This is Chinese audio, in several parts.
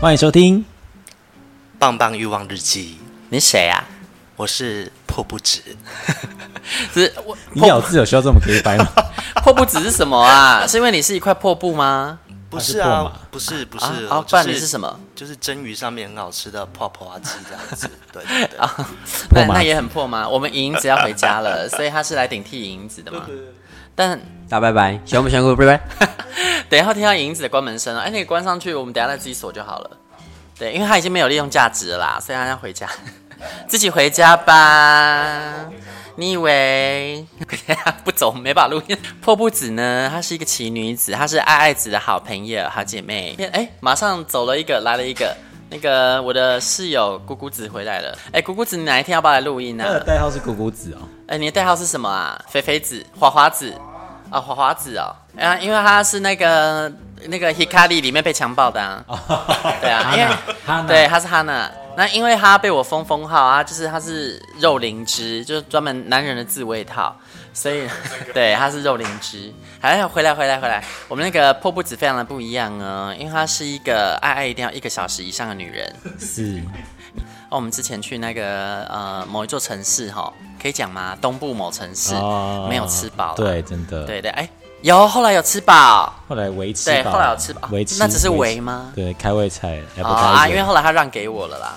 欢迎收听，棒棒欲望日记， 你谁啊？我是破不止，只是我你咬字有需要这么可以掰吗？破布纸是什么啊？是因为你是一块破布吗？不是是破嘛啊，不是不是，啊，我好，就不然你是什么？就是蒸鱼上面很好吃的泡泡啊鸡这样子， 对对对，啊那麻那也很破吗？我们银子要回 家了，所以他是来顶替银子的嘛。但大拜拜，小不小姑拜拜。 等一下会听到银子的关门声了，哎，那个关上去，我们等一下再自己锁就好了。对，因为他已经没有利用价值了啦，所以他要回家，自己回家吧。你以为 不走没把路？破布子呢？她是一个奇女子，她是爱爱子的好朋友、好姐妹。哎，马上走了一个，来了一个。那个我的室友姑姑子回来了。哎，姑姑子，你哪一天要不要来录音他的啊？ 代号是姑姑子哦，哎，你的代号是什么啊？肥肥子、花花子啊、花花子哦，啊，因为他是那个那个 Hikari 里面被强暴的啊，对哎啊，因为哈娜对他是哈娜，那因为他被我封封号啊，就是他是肉灵芝，就是专门男人的自慰套，所 以对他是肉灵芝。哎，回来回来回来，我们那个破布子非常的不一样啊，因为她是一个爱爱一定要一个小时以上的女 人。是哦，我们之前去那个呃某一座城市哈，可以讲吗？东部某城市、哦没有吃饱，啊对，真的，对对，哎，有后来有吃饱，后来维持对吧后来有吃饱维持那只是维维吗对，开胃菜哎不哦开啊，胃因为后来他让给我了啦。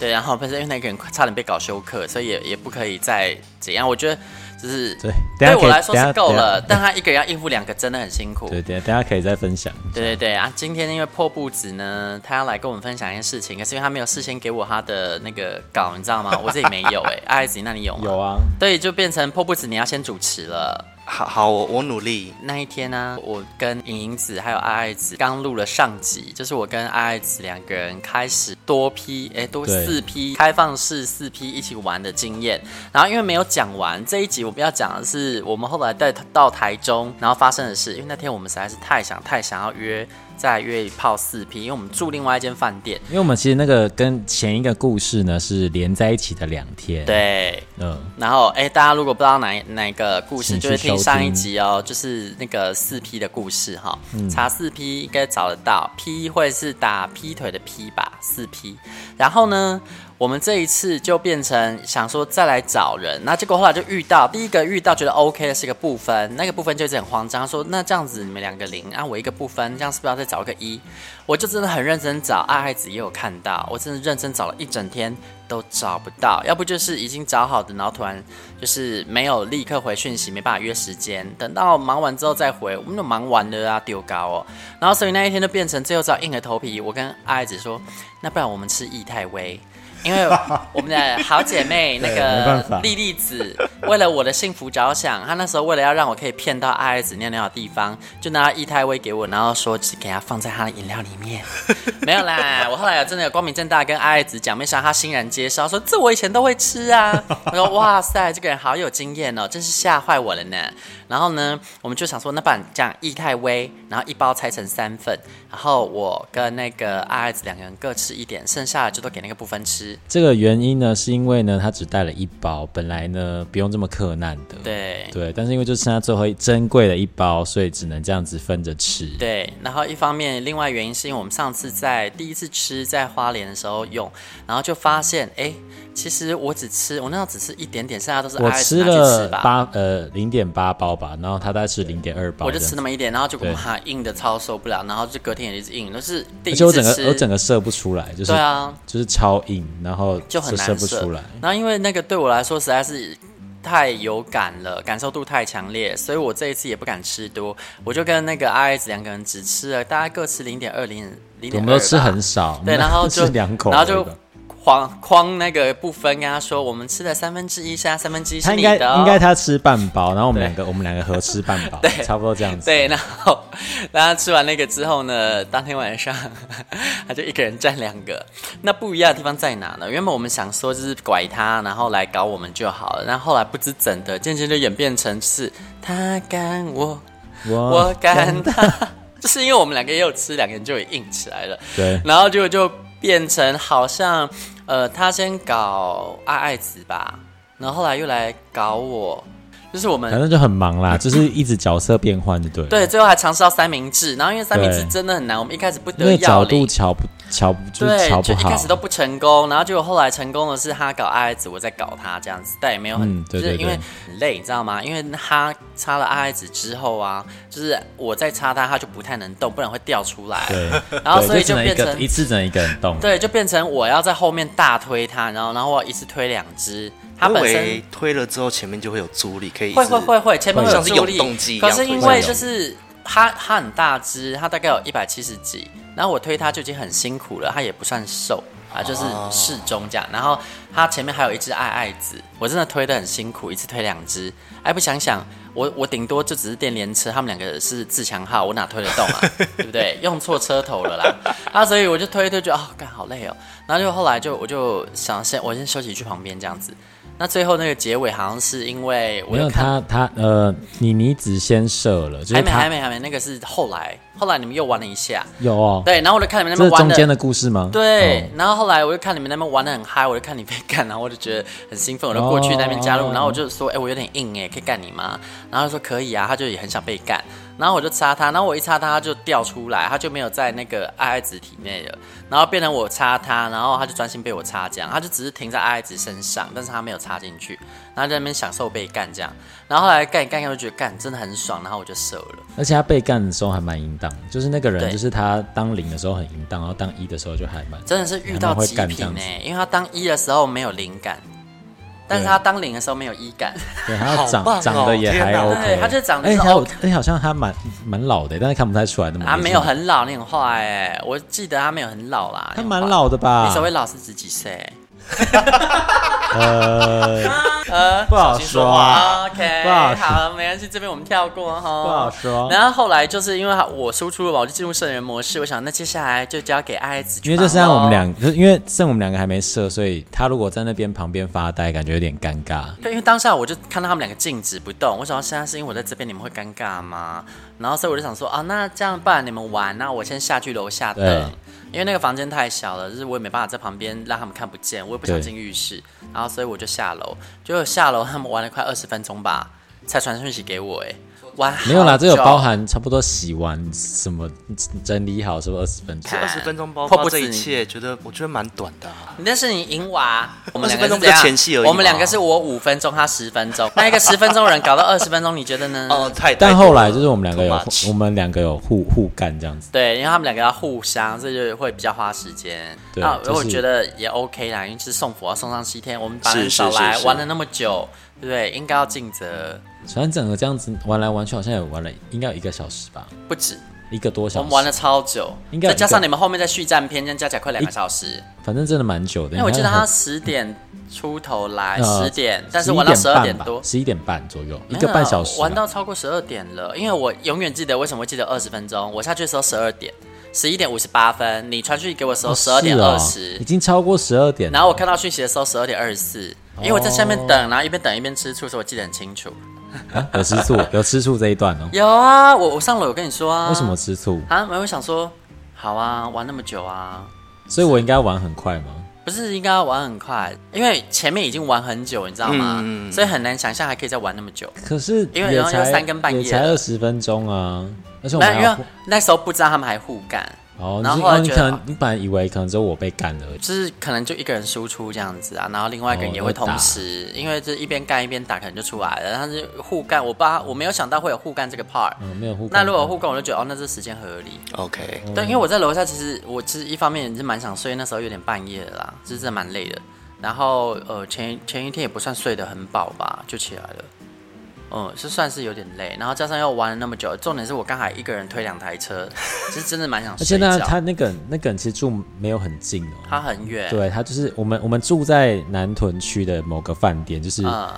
对，然后不是因为那个人差点被搞休克，所以也也不可以再怎样。我觉得就是对等一下我可以来说等是一下够等一下了，但他一个人要应付两个真的很辛苦。对，等一下等一下可以再分享。对对对啊！今天因为破布子呢，他要来跟我们分享一件事情，可是因为他没有事先给我他的那个稿，你知道吗？我自己没有哎、欸，爱子，那你有吗？ 有啊，对，就变成破布子你要先主持了。好好，我我努力，那一天呢、我跟莹莹子还有爱爱子刚录了上集，就是我跟爱爱子两个人开始多批，哎，多对四批开放式四批一起玩的经验。然后因为没有讲完这一集，我们要讲的是我们后来带到台中，然后发生的事。因为那天我们实在是太想太想要约再约一炮四批，因为我们住另外一间饭店。因为我们其实那个跟前一个故事呢是连在一起的两天，，对，嗯，然后，哎，大家如果不知道哪哪个故事，请去就是听上一收听集哦，就是那个四 P 的故事哈、嗯查四 P 应该找得到，P 会是打劈腿的劈吧，四 P。然后呢，我们这一次就变成想说再来找人，那结果后来就遇到第一个遇到觉得 OK 的是一个部分，那个部分就一直很慌张，说那这样子你们两个零，啊我一个部分，这样是不是要再找一个一？我就真的很认真找，啊爱爱子也有看到，我真的认真找了一整天都找不到，要不就是已经找好的，然后突然就是没有立刻回讯息，没办法约时间，等到忙完之后再回，我们就忙完了啊，丢高哦。然后所以那一天就变成最后只好硬着头皮，我跟爱爱子说，那不然我们吃益泰威。因为我们的好姐妹 那没办法个莉莉子，为了我的幸福着想，她那时候为了要让我可以骗到爱爱子尿尿的地方，就拿益泰威给我，然后说只给她放在她的饮料里面。没有啦，我后来有真的有光明正大跟爱爱子讲，没想到她欣然接受，说这我以前都会吃啊。我说哇塞，这个人好有经验哦，真是吓坏我了呢。然后呢，我们就想说，那不然这样益泰威，然后一包拆成三份，然后我跟那个爱爱子两个人各吃一点，剩下的就都给那个部分吃。这个原因呢是因为呢他只带了一包，本来呢不用这么克难的，对对，但是因为就剩下最后一珍贵的一包，所以只能这样子分着吃，对，然后一方面，另外原因是因为我们上次在第一次吃在花莲的时候用，然后就发现，哎，其实我只吃我那时候只吃一点点，剩下都是我爱尔吃拿去了吃吧。八呃零点八包吧，然后他大概吃零点二包我这样子，就吃那么一点，然后就对哇硬的超受不了，然后就隔天也一直硬，都是第而一且我次整吃，个我整个射不出来，就是对啊，就是超硬，然后就很射难不出来。然后因为那个对我来说实在是太有感了，感受度太强烈，所以我这一次也不敢吃多，我就跟那个 I S 两个人只吃了，大家各吃零点二、零零点我们都吃很少，对，我们然 后吃就两口而已吧，然后就框框那个部分跟他说，我们吃了三分之一，现在三分之一是他应你该的、哦。应该他吃半包，然后我们两个我们两个合吃半 包，差不多这样子。对，然后然后吃完那个之后呢，当天晚上他就一个人占两个。那不一样的地方在哪呢？原本我们想说就是拐他，然后来搞我们就好了。然后后来不知怎的，渐渐就演变成是他干我，我干他， 就是因为我们两个也有吃，两个人就也硬起来了。对然后就就变成好像，呃，他先搞爱爱子吧，然后后来又来搞我，就是我反们正就很忙啦，就是一直角色变换，对了对，最后还尝试到三明治，然后因为三明治对真的很难，我们一开始不得因为要角领度。瞧不瞧不就是对瞧，就不一好开，始都不成功，然后结果后来成功的是他搞爱爱子，我在搞他这样子，但也没有很，嗯对就是对因为对很累，你知道吗？因为他擦了爱爱子之后啊，就是我在擦他，他就不太能动，不然会掉出来。对， 然后对所以只就能一变个成一次只能一个人动，对，就变成我要在后面大推它，然后然后我一次推两只，它我以本为身推了之后前面就会有阻力，可以一会直会会会前面会有像是助永动机力，一可样是推因着为走就是它它很大只，它大概有一百七十几，然后我推它就已经很辛苦了，它也不算瘦啊，就是适中这样。然后它前面还有一只爱爱子，我真的推的很辛苦，一次推两只，哎，不想想。我我顶多就只是电联车，他们两个是自强号，我哪推得动 啊？对不对？用错车头了啦，啊，所以我就推一推就，哦，干好累哦。然后就后来就我就想先我先休息去旁边这样子。那最后那个结尾好像是因为我没有看他他呃，你妮子先射了，就是还没他还没还没，那个是后来，后来你们又玩了一下，有哦，对，然后我就看你们那这边是玩中的，间的故事吗？对，哦，然后后来我就看你们那边玩的很嗨，我就看你被干，然后我就觉得很兴奋，我就过去那边加入，哦然后我就说，哎、我有点硬哎、可以干你吗？然后他说可以啊，他就也很想被干，然后我就擦他，然后我一擦他，他就掉出来，他就没有在那个爱爱子体内了，然后变成我擦他，然后他就专心被我擦这样，他就只是停在爱爱子身上，但是他没有插进去，然后在那边享受被干这样，然后后来干一干一干，我就觉得干真的很爽，然后我就射了。而且他被干的时候还蛮淫荡，就是那个人对就是他当零的时候很淫荡，然后当一的时候就还蛮真的是遇到极还蛮会干这品样呢、子因为他当一的时候没有灵感，但是他当零的时候没有一感，对，他要好长、棒哦长得也还天哪 OK，对他就长得哎，是他有 OK 哎好像他蛮蛮老的，但是看不太出来那么他年啊没轻有很老，你很坏哎、我记得他没有很老啦，他你很蛮坏。老的吧？你所谓老是指几岁不好小心说话啊说，啊哦？OK，不好说好，没关系，这边我们跳过哈。不好说然后后来就是因为他我输出了嘛，我就进入圣人模式。我想那接下来就交给爱子因去为忙就咯，剩下我们两，哦就是因为剩我们两个还没射，所以他如果在那边旁边发呆，感觉有点尴尬。对，因为当下我就看到他们两个静止不动，我想到现在是因为我在这边，你们会尴尬吗？然后所以我就想说啊，那这样不然你们玩，那我先下去楼下对等，因为那个房间太小了，就是我也没办法在旁边让他们看不见，我也不想对进浴室，然后所以我就下楼，结果下楼他们玩了快二十分钟吧，才传讯息给我、哎，玩 没有啦，好这有久包含差不多洗完什么整理好，是不是二十分钟看？二十分钟包迫不括及这一待切，觉得我觉得蛮短的、啊。那是你赢娃，我们两个20分钟是怎样不就前戏而已吗我们两个是我五分钟，他十分钟，那一个十分钟的人搞到二十分钟，你觉得呢？哦，太。但太后多来了就是我们两个 too 有 much 我们两个有互互干这样子。对，因为他们两个要互相，这就会比较花时间。对啊，就是我觉得也 OK 啦，因为是送佛要送上七天，我们把人是是找来是是玩了那么久，对不对？应该要尽责，反正整个这样子玩来玩去，好像也玩了应该有一个小时吧，不止，一个多我小们玩了时，超久，嗯应该有再加一个上你们后面再续战篇，这样加起来快两个小时。反正真的蛮久的。因为我记得你他看十点出头来，很呃十点，但是玩到十11二半点吧多。十一点半左右，一没个有半小时吧。啊玩到超过十二点了，因为我永远记得为什么会记得二十分钟。我下去的时候十二点，十一点五十八分，你传讯息给我的时候哦十二点是哦二十、已经超过十二点了。然后我看到讯息的时候十二点二十四，哦因为我在下面等，然啊后一边等一边吃醋，所以我记得很清楚。有吃 醋，有吃醋这一段哦。有啊，我我上楼有跟你说啊。为什么吃醋？啊？没有我想说，好啊，玩那么久啊，所以我应该玩很快吗？不是应该要玩很快？因为前面已经玩很久，你知道吗？嗯所以很难想象还可以再玩那么久。可是因为也然后又才三更半夜也才了二十分钟啊，而且我那们因还要为那时候不知道他们还互干，哦，然你后后是来哦，你觉可得能你本来以为可能只有我被干了而已，就是可能就一个人输出这样子啊，然后另外一个人哦也会同要打时，因为这一边干一边打，可能就出来了。但是互干，我不知道，我没有想到会有互干这个 part。嗯，没有互那干如果有互干，我就觉得哦，那这时间合理。 OK，嗯对，因为我在楼下，其实我其实一方面也是蛮想睡，那时候有点半夜了啦，就是真的蛮累的。然后呃前前一天也不算睡得很饱吧，就起来了。嗯，是算是有点累，然后加上又玩了那么久，重点是我刚才一个人推两台车，其实真的蛮想而且睡呢，觉。他那个那个人其实住没有很近哦，他很远，对他就是我们我们住在南屯区的某个饭店，就是嗯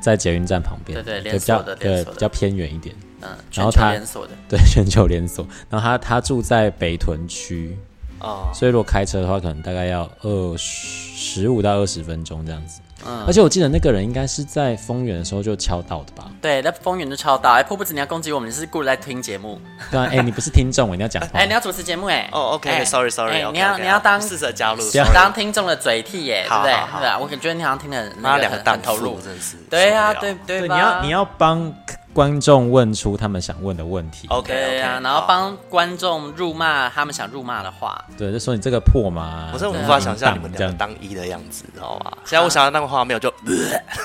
在捷运站旁边，对对就连比较锁的连对锁的比较偏远一点，嗯，然全球后他连锁的，对 全球连锁。然后他他住在北屯区，哦，所以如果开车的话，可能大概要二十五到二十分钟这样子。嗯而且我记得那个人应该是在丰原的时候就敲到的吧？对，那风云都超大。哎，破布子，你要攻击我们，你是故意在听节目？对啊，哎、你不是听众，你要讲话。 哎，你要主持节目哎？哦，OK，哎 sorry，sorry，哎 OK，你要 OK，你要当好试着加入是 sorry 当听众的嘴替耶，对好不对好？好对啊，我感觉得你好像听得很妈那两个个很荡很投入妇，真是对啊，受不对了对对，吧你要你要帮观众问出他们想问的问题。 OK，对啊，然后帮观众辱骂他们想辱骂的话。对，就说你这个破嘛，我真的对无啊法想象你淫荡们这样。两个当一的样子，知道吗？现在我想到那个画面，我就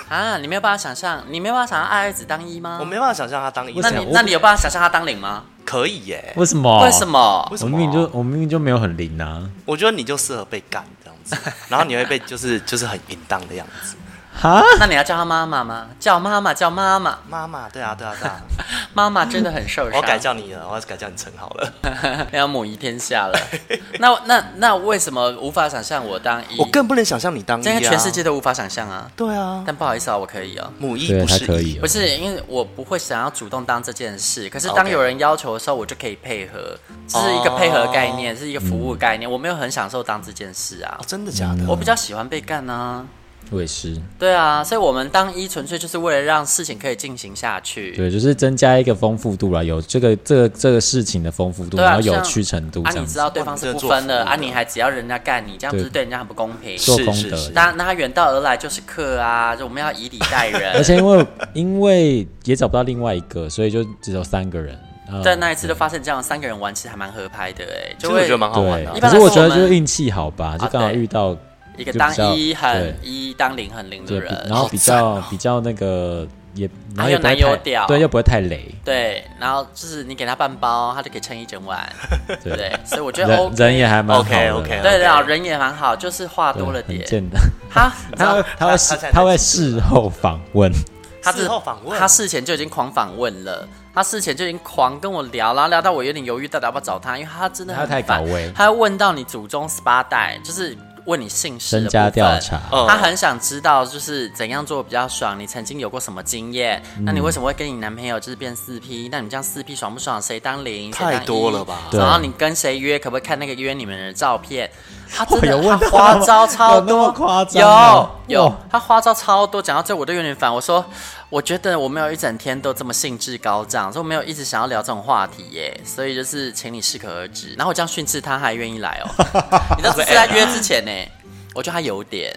啊，你没有办法想象，你没有办法想象爱爱子当一吗？我没办法想象他当一那的你样子，那你有办法想象他当零吗？可以耶？为什么？为什？么为？什我么？明明就我明明就没有很灵啊！我觉得你就适合被干这样子，然后你会被就是就是很淫荡的样子。哈，那你要叫他妈妈吗？叫妈妈，叫妈妈，妈妈，对啊，对啊，对啊，妈妈真的很受我伤。要改叫你了，我要改叫你陈好了。 要母仪天下了。那那那为什么无法想象我当一？我更不能想象你当一现在啊！全世界都无法想象啊。对啊，但不好意思啊，我可以哦。母一对，不他是可一以、哦。不是因为我不会想要主动当这件事，可是 OK 当有人要求的时候，我就可以配合，这是一个配合概念，是一个服务概哦念。我没有很享受当这件事啊哦，，真的假的？我比较喜欢被干啊。我也是，对啊，所以我们当一纯粹就是为了让事情可以进行下去。对，就是增加一个丰富度啦，有这个这个这个事情的丰富度，对啊然后有趣程度啊，你这样知子。道对方是不分的啊，你还只要人家干你，这样不是对对人家很不公平？做功是德是是，那那他远道而来就是客啊，就我们要以礼待人。 而且因为因为也找不到另外一个，所以就只有三个人。呃在那一次就发现，这样三个人玩其实还蛮合拍的哎，其就实我会觉得蛮好玩的一对，般啊。可来是说我觉得我们就是运气好吧，就刚好对遇到一个就比当较一很对一，当零很零的对，比人然，后好比赞较、哦比较那个也，然还后有也不会男友太屌对，又不会太累，对，然后就是你给他半包，他就可以撑一整 晚，对不对？所以我觉得人 OK，人也还蛮好的 OK，OK 对对啊，人也蛮好，就是话对多了很点。简单。 他他会他会他事现在他在会记事后访问，他只事后访问他事前就已经狂访问了，他事前就已经狂跟我聊，然后聊到我有点犹豫到底要不要找他，因为他真的很他太烦搞味他会问到你祖宗十八代，就是问你姓氏的身部家分调查嗯他很想知道就是怎样做比较爽，你曾经有过什么经验？那嗯你为什么会跟你男朋友就是变四 P？那你们这样四 P 爽不爽？谁当零？谁当一太多了吧对然后你跟谁约？可不可以看那个约你们的照片？他真有的问他到花吗招超有那么多，夸张吗有有哇他花招超多，讲到这我都有点烦。我说，我觉得我没有一整天都这么兴致高涨，所以我没有一直想要聊这种话题耶。所以就是请你适可而止。然后我这样训斥他，他还愿意来 哦。你知道只是在约之前呢，我觉得他有点。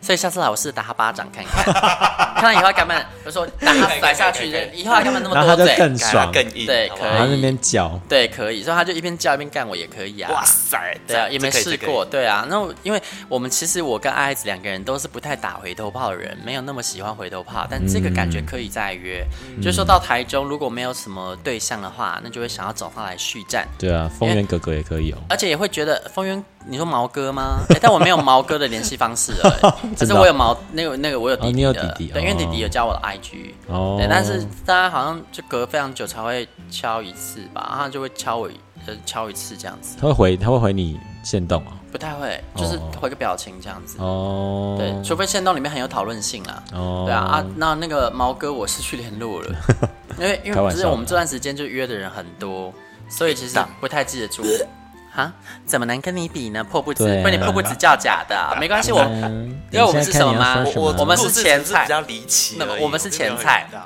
所以下次来我试着打他巴掌看看，看他以后要干嘛？我说打他甩 下去，以后还干嘛那么然后他多就嘴？更改他爽，更硬，对好不可以好然后那边叫，对，可以，所以他就一边叫一边干我也可以啊。哇塞，对啊，赞也没这可以试这可以过。对啊，那我因为我们其实我跟爱子两个人都是不太打回头炮的人，没有那么喜欢回头炮，但这个感觉嗯可以再约。就是说到台中，如果没有什么对象的话，那就会想要找他来续战。对啊，丰原哥哥也可以哦。而且也会觉得风源，你说毛哥吗？诶但我没有毛哥的联系方 式了、诶但真是的哦我有毛那个那个我有弟弟的，哦你有弟弟对，因为哦弟弟有加我的 IG，、哦对，但是大家好像就隔非常久才会敲一次吧，他就会敲我一呃敲一次这样子，他会回他会回你线动哦。不太会，就是哦回个表情这样子。哦，对，除非线动里面很有讨论性啦。哦对啊啊，那那个毛哥我失去联络 了，因为因开为玩只是笑的我们这段时间就约的人很多，所以其实不太记得 住。哈，怎么能跟你比呢？破布子对，啊被你破布子叫假的啊、没关系，我嗯因为我们是等一下什么看你要吗说我什我们是故事前只菜比较离奇而已，那么我们是并没有前菜很大。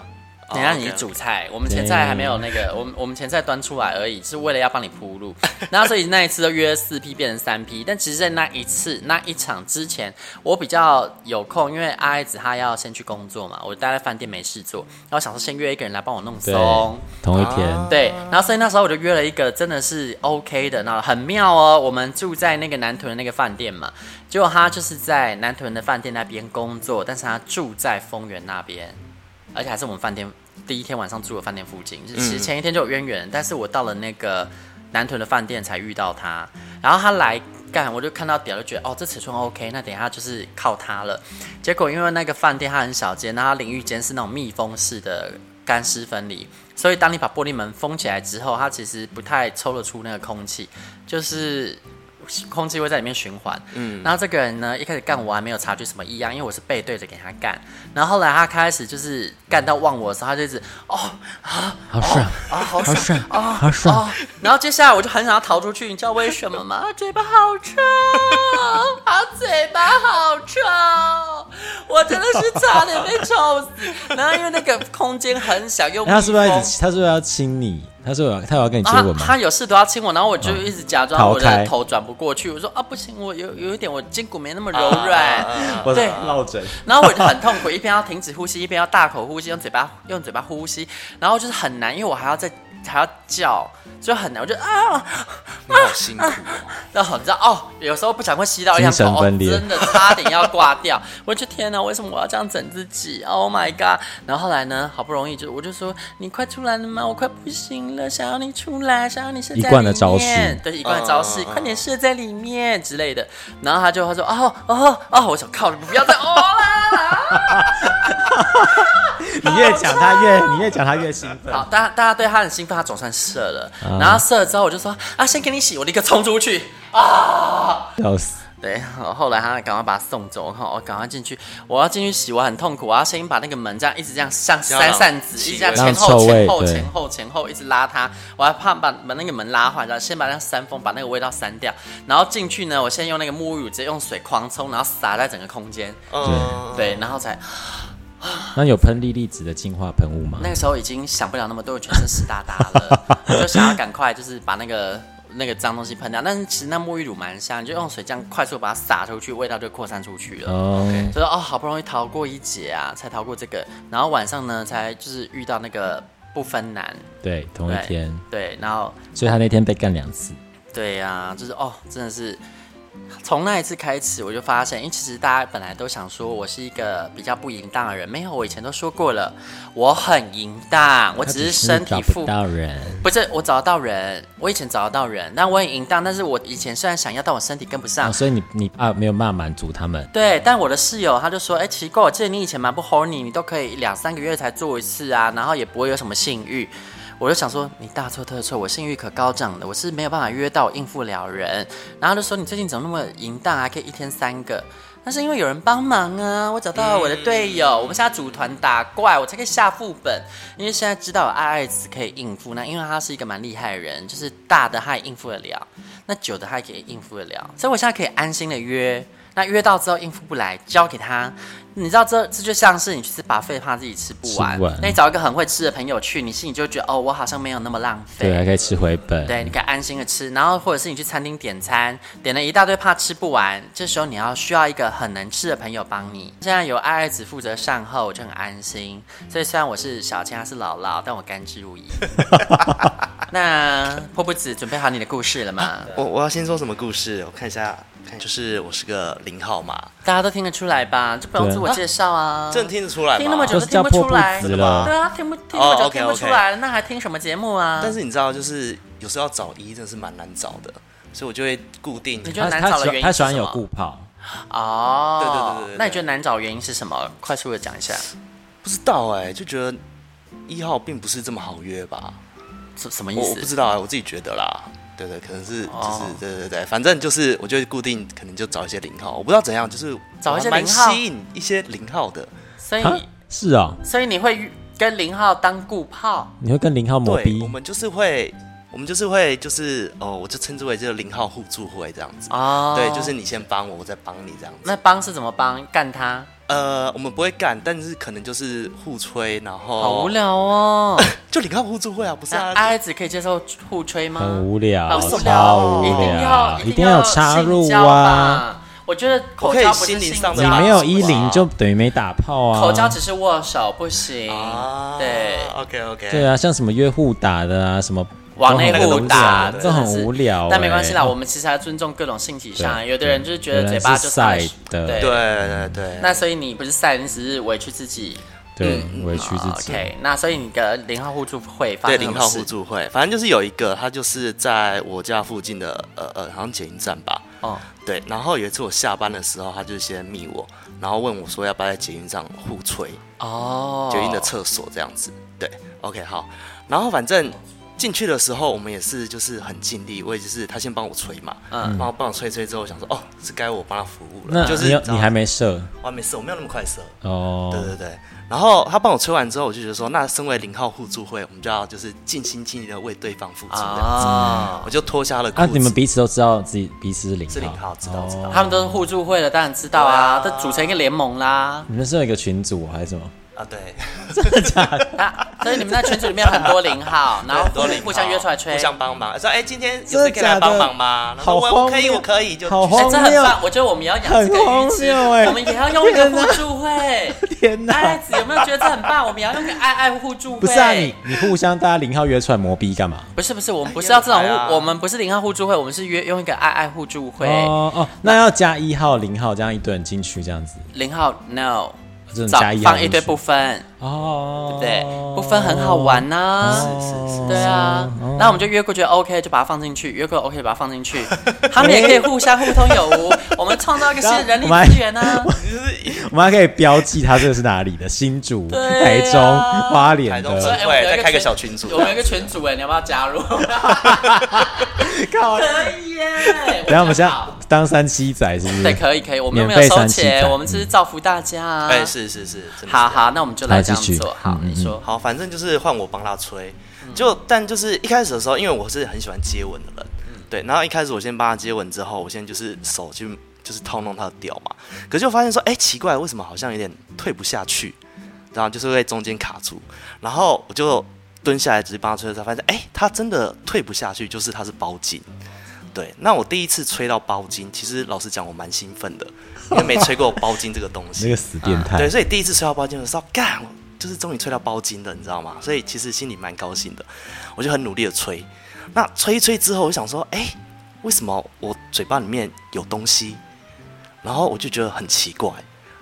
等一下哦你是，OK，OK 主菜，我们前菜还没有那个，我们我们前菜端出来而已，是为了要帮你铺 路。然后所以那一次就约四批变成三批，但其实，在那一次那一场之前，我比较有空，因为阿爱子她要先去工作嘛，我待在饭店没事做，然后想说先约一个人来帮我弄松。啊同一天，对，然后所以那时候我就约了一个真的是 OK 的，那很妙哦。我们住在那个南屯的那个饭店嘛，结果他就是在南屯的饭店那边工作，但是他住在丰原那边，而且还是我们饭店第一天晚上住的饭店附近。就是其实前一天就有渊源，但是我到了那个。南屯的饭店才遇到他，然后他来干，我就看到屌就觉得哦，这尺寸 OK，那等一下就是靠它了。结果因为那个饭店它很小间，那它淋浴间是那种密封式的干湿分离，所以当你把玻璃门封起来之后，它其实不太抽得出那个空气，就是空气会在里面循环。嗯，然后这个人呢，一开始干我还没有察觉什么异样，因为我是背对着给他干。然后后来他开始就是干到忘我的时候，他就一直 哦啊好爽，啊好爽爽，啊好爽哦！然后接下来我就很想要逃出去，你知道为什么吗？嘴巴好臭，他嘴巴好臭，我真的是差点被臭死。然后因为那个空间很小又密那哎他是不是要一封直？他是不是要亲你？他是不是有他有要跟你接啊吻，吗？哦他有事都要亲我，然后我就一直假装逃我的开头转不过去，我说啊不行，我有有一点我筋骨没那么柔啊软，啊啊我对落枕，然后我就很痛苦，一边要停止呼吸，一边要大口呼吸，用嘴巴用嘴巴呼吸，然后就是很难，因为我还要再还要叫，就很难，我就啊，你好辛苦哦，然后你知道哦，有时候不小心吸到一样精神口，分裂哦真的差点要挂掉。我就天哪，为什么我要这样整自己？Oh my god！然后后来呢，好不容易就我就说你快出来了吗？我快不行了，想要你出来，想要你射在一贯的里招式面对一贯的招式，快点射在里面之类的。然后他就他说哦哦哦，我想靠，你不要再哦啦。你越讲他越你越讲他越兴奋。好，大家大家对他很兴奋，他总算射了。啊然后射了之后，我就说啊，先给你洗，我立刻冲出去。笑死！对，后后来他赶快把他送走，我靠，我赶快进去，我要进去洗，我很痛苦，我要先把那个门这样一直这样像这样扇扇子，一气直味这样让前后臭味前后对前后前后一直拉它，我还怕把把那个门拉坏，然后先把那个扇风把那个味道扇掉，然后进去呢，我先用那个沐浴乳直接用水狂冲，然后洒在整个空间，嗯，对，然后才那有喷莉莉子的净化喷雾吗？那个时候已经想不了那么多，我全身湿哒哒了，我就想要赶快就是把那个那个脏东西喷掉。但是其实那沐浴乳蛮香，你就用水这样快速把它洒出去，味道就扩散出去了。哦，就说哦，好不容易逃过一劫啊，才逃过这个。然后晚上呢，才就是遇到那个不分男，对，同一对天，对，然后所以他那天被干两次。对呀、就是哦，真的是从那一次开始，我就发现，因为其实大家本来都想说我是一个比较不淫荡的人，没有，我以前都说过了，我很淫荡，我他只是身体找负不到人，不是，我找得到人，我以前找得到人，但我很淫荡，但是我以前虽然想要，但我身体跟不上哦，。所以你你啊没有办法满足他们。对，但我的室友他就说，哎、奇怪，我记得你以前蛮不 horny，你都可以两三个月才做一次啊，然后也不会有什么性欲。我就想说，你大错特错，我性欲可高涨的，我是没有办法约到，我应付了人。然后他就说，你最近怎么那么淫荡啊，可以一天三个？那是因为有人帮忙啊！我找到了我的队友，我们现在组团打怪，我才可以下副本。因为现在知道有爱爱子可以应付，那因为他是一个蛮厉害的人，就是大的他也应付得了，那久的他也可以应付得了，所以我现在可以安心的约。那约到之后应付不来，交给他。你知道这这就像是你去吃把费，怕自己吃不完。吃不完那你找一个很会吃的朋友去，你心里就会觉得哦，我好像没有那么浪费。对，还可以吃回本。对，你可以安心的吃，然后或者是你去餐厅点餐，点了一大堆怕吃不完，这时候你要需要一个很能吃的朋友帮你。现在有爱爱子负责善后，我就很安心。所以虽然我是小千，他是姥姥，但我甘之如饴。那破布子准备好你的故事了吗？我我要先说什么故事？我看一下，看就是我是个零号嘛，大家都听得出来吧？就不用自我介绍啊。这能听得出来吗？听那么久就都是叫听不出破来，布对子真的吗了，啊，听不听那么久哦听不 OK，OK 出来了，那还听什么节目啊？但是你知道，就是有时候要找一真的是蛮难找的，所以我就会固定。你觉他得难他找的喜原欢因他喜欢是什有么固泡，哦，对对对对对对那你觉得难找的原因是什么？快速的讲一下，不知道哎、就觉得一号并不是这么好约吧？什什么意我思？我不知道哎、我自己觉得啦。对对，可能是就是、哦对对对，反正就是我就会固定可能就找一些零号，我不知道怎样，就是找一些我还零蛮号吸引一些零号的。所以啊你，是哦，所以你会跟零号当顾炮，你会跟零号磨对，逼我，们就是会，我们就是会就是哦，我就称之为就是零号互助会这样子。哦啊对，就是你先帮我，我再帮你这样子。那帮是怎么帮？干他，呃，我们不会干，但是可能就是互吹，然后好无聊 哦。就零号互助会啊，不是那啊？爱子可以接受互吹吗？很无聊，好无超聊，无一定要聊，一定要要有插入性交啊！吧。我觉得口我可以交不是心灵性交，上的你满没足有啊一零就等于没打炮啊，口交只是握手不行。对，啊，OK OK，啊对啊，像什么约互打的啊，什么往内互打，这真的很是无聊欸。但没关系啦，哦我们其实还尊重各种性取向。对有的人就是觉有得人嘴巴是就是晒很对。的对对对，那所以你不是晒，你只是委屈自己，哦对委屈自己。 OK，那所以你的零号互助会发对生什零么号事互助会，反正就是有一个，他就是在我家附近的呃呃，好像捷运站吧。哦，对，然后有一次我下班的时候，他就先密我，然后问我说要不要在捷运上互吹哦，捷运的厕所这样子。对，OK 好，然后反正进去的时候我们也是就是很尽力，我也就是他先帮我吹嘛，嗯嗯，帮我帮我吹吹之后，我想说哦是该我帮他服务那了，就是你有知道你还没射我还没事，我没有那么快射。哦？对对对，然后他帮我吹完之后，我就觉得说，那身为零号互助会，我们就要就是尽心尽力的为对方付出这样子。啊，我就脱下了裤子。啊，你们彼此都知道自己彼此是零哦是零号，知道知道。他们都是互助会的，当然知道啊，都组成一个联盟 啦。你们是有一个群组还是什么？啊，对，啊，所以你们在群组里面很多零号，然后很多互零号互相约出来吹，互相帮忙，说哎，今天有真的谁可以来假的帮忙吗？然好后我我荒可以，谬我可以，就好去哎，荒这很谬棒，我觉得我们要养这很个荒预期，谬哎我们也要用一 个天互哪助会。天 爱！子有没有觉得这很棒？我们也要用个爱爱互助会。不是啊，你你互相大家零号约出来磨逼干嘛？不是不是，我们不是要这种哎呀互，我们不是零号互助会，我们是约用一个爱爱互助会。哦哦，那要加一号、零号这样一堆人进去这样子，零号 no，这种早加一号放一堆进去不分，哦，对，不分很好玩呐、是是是对啊，哦那我们就约过去 OK 就把它放进去，约过 OK 就把它放进去， 他们也可以互相互通有无，我们创造一个新的人力我们还资源啊。我们还可以标记它这个是哪里的，新竹、对啊台中、花莲台中所以的。哎 我们有一再开个群小群组我们有一个群组哎，你要不要加 入？靠！可以耶！ 等一下我们现在好当三七仔是不对，是？可以可以，我们又没有免费收三七钱，仔我们只是造福大家啊。哎，是是是，真的是好好，那我们就来来这样继续做。好，你说，好，反正就是换我帮他吹。就但就是一开始的时候，因为我是很喜欢接吻的人，对，然后一开始我先帮他接吻之后，我先就是手去就是套弄他的屌嘛，可是就发现说，哎、奇怪，为什么好像有点退不下去，然后就是会中间卡住，然后我就蹲下来直接帮他吹的时候，发现哎、他真的退不下去，就是他是包茎。对，那我第一次吹到包茎，其实老实讲，我蛮兴奋的，因为没吹过包茎这个东西。那个死变态对，，所以第一次吹到包金的时候，干，我就是终于吹到包金了，你知道吗？所以其实心里蛮高兴的，我就很努力的吹。那吹一吹之后，我想说，哎、为什么我嘴巴里面有东西？然后我就觉得很奇怪，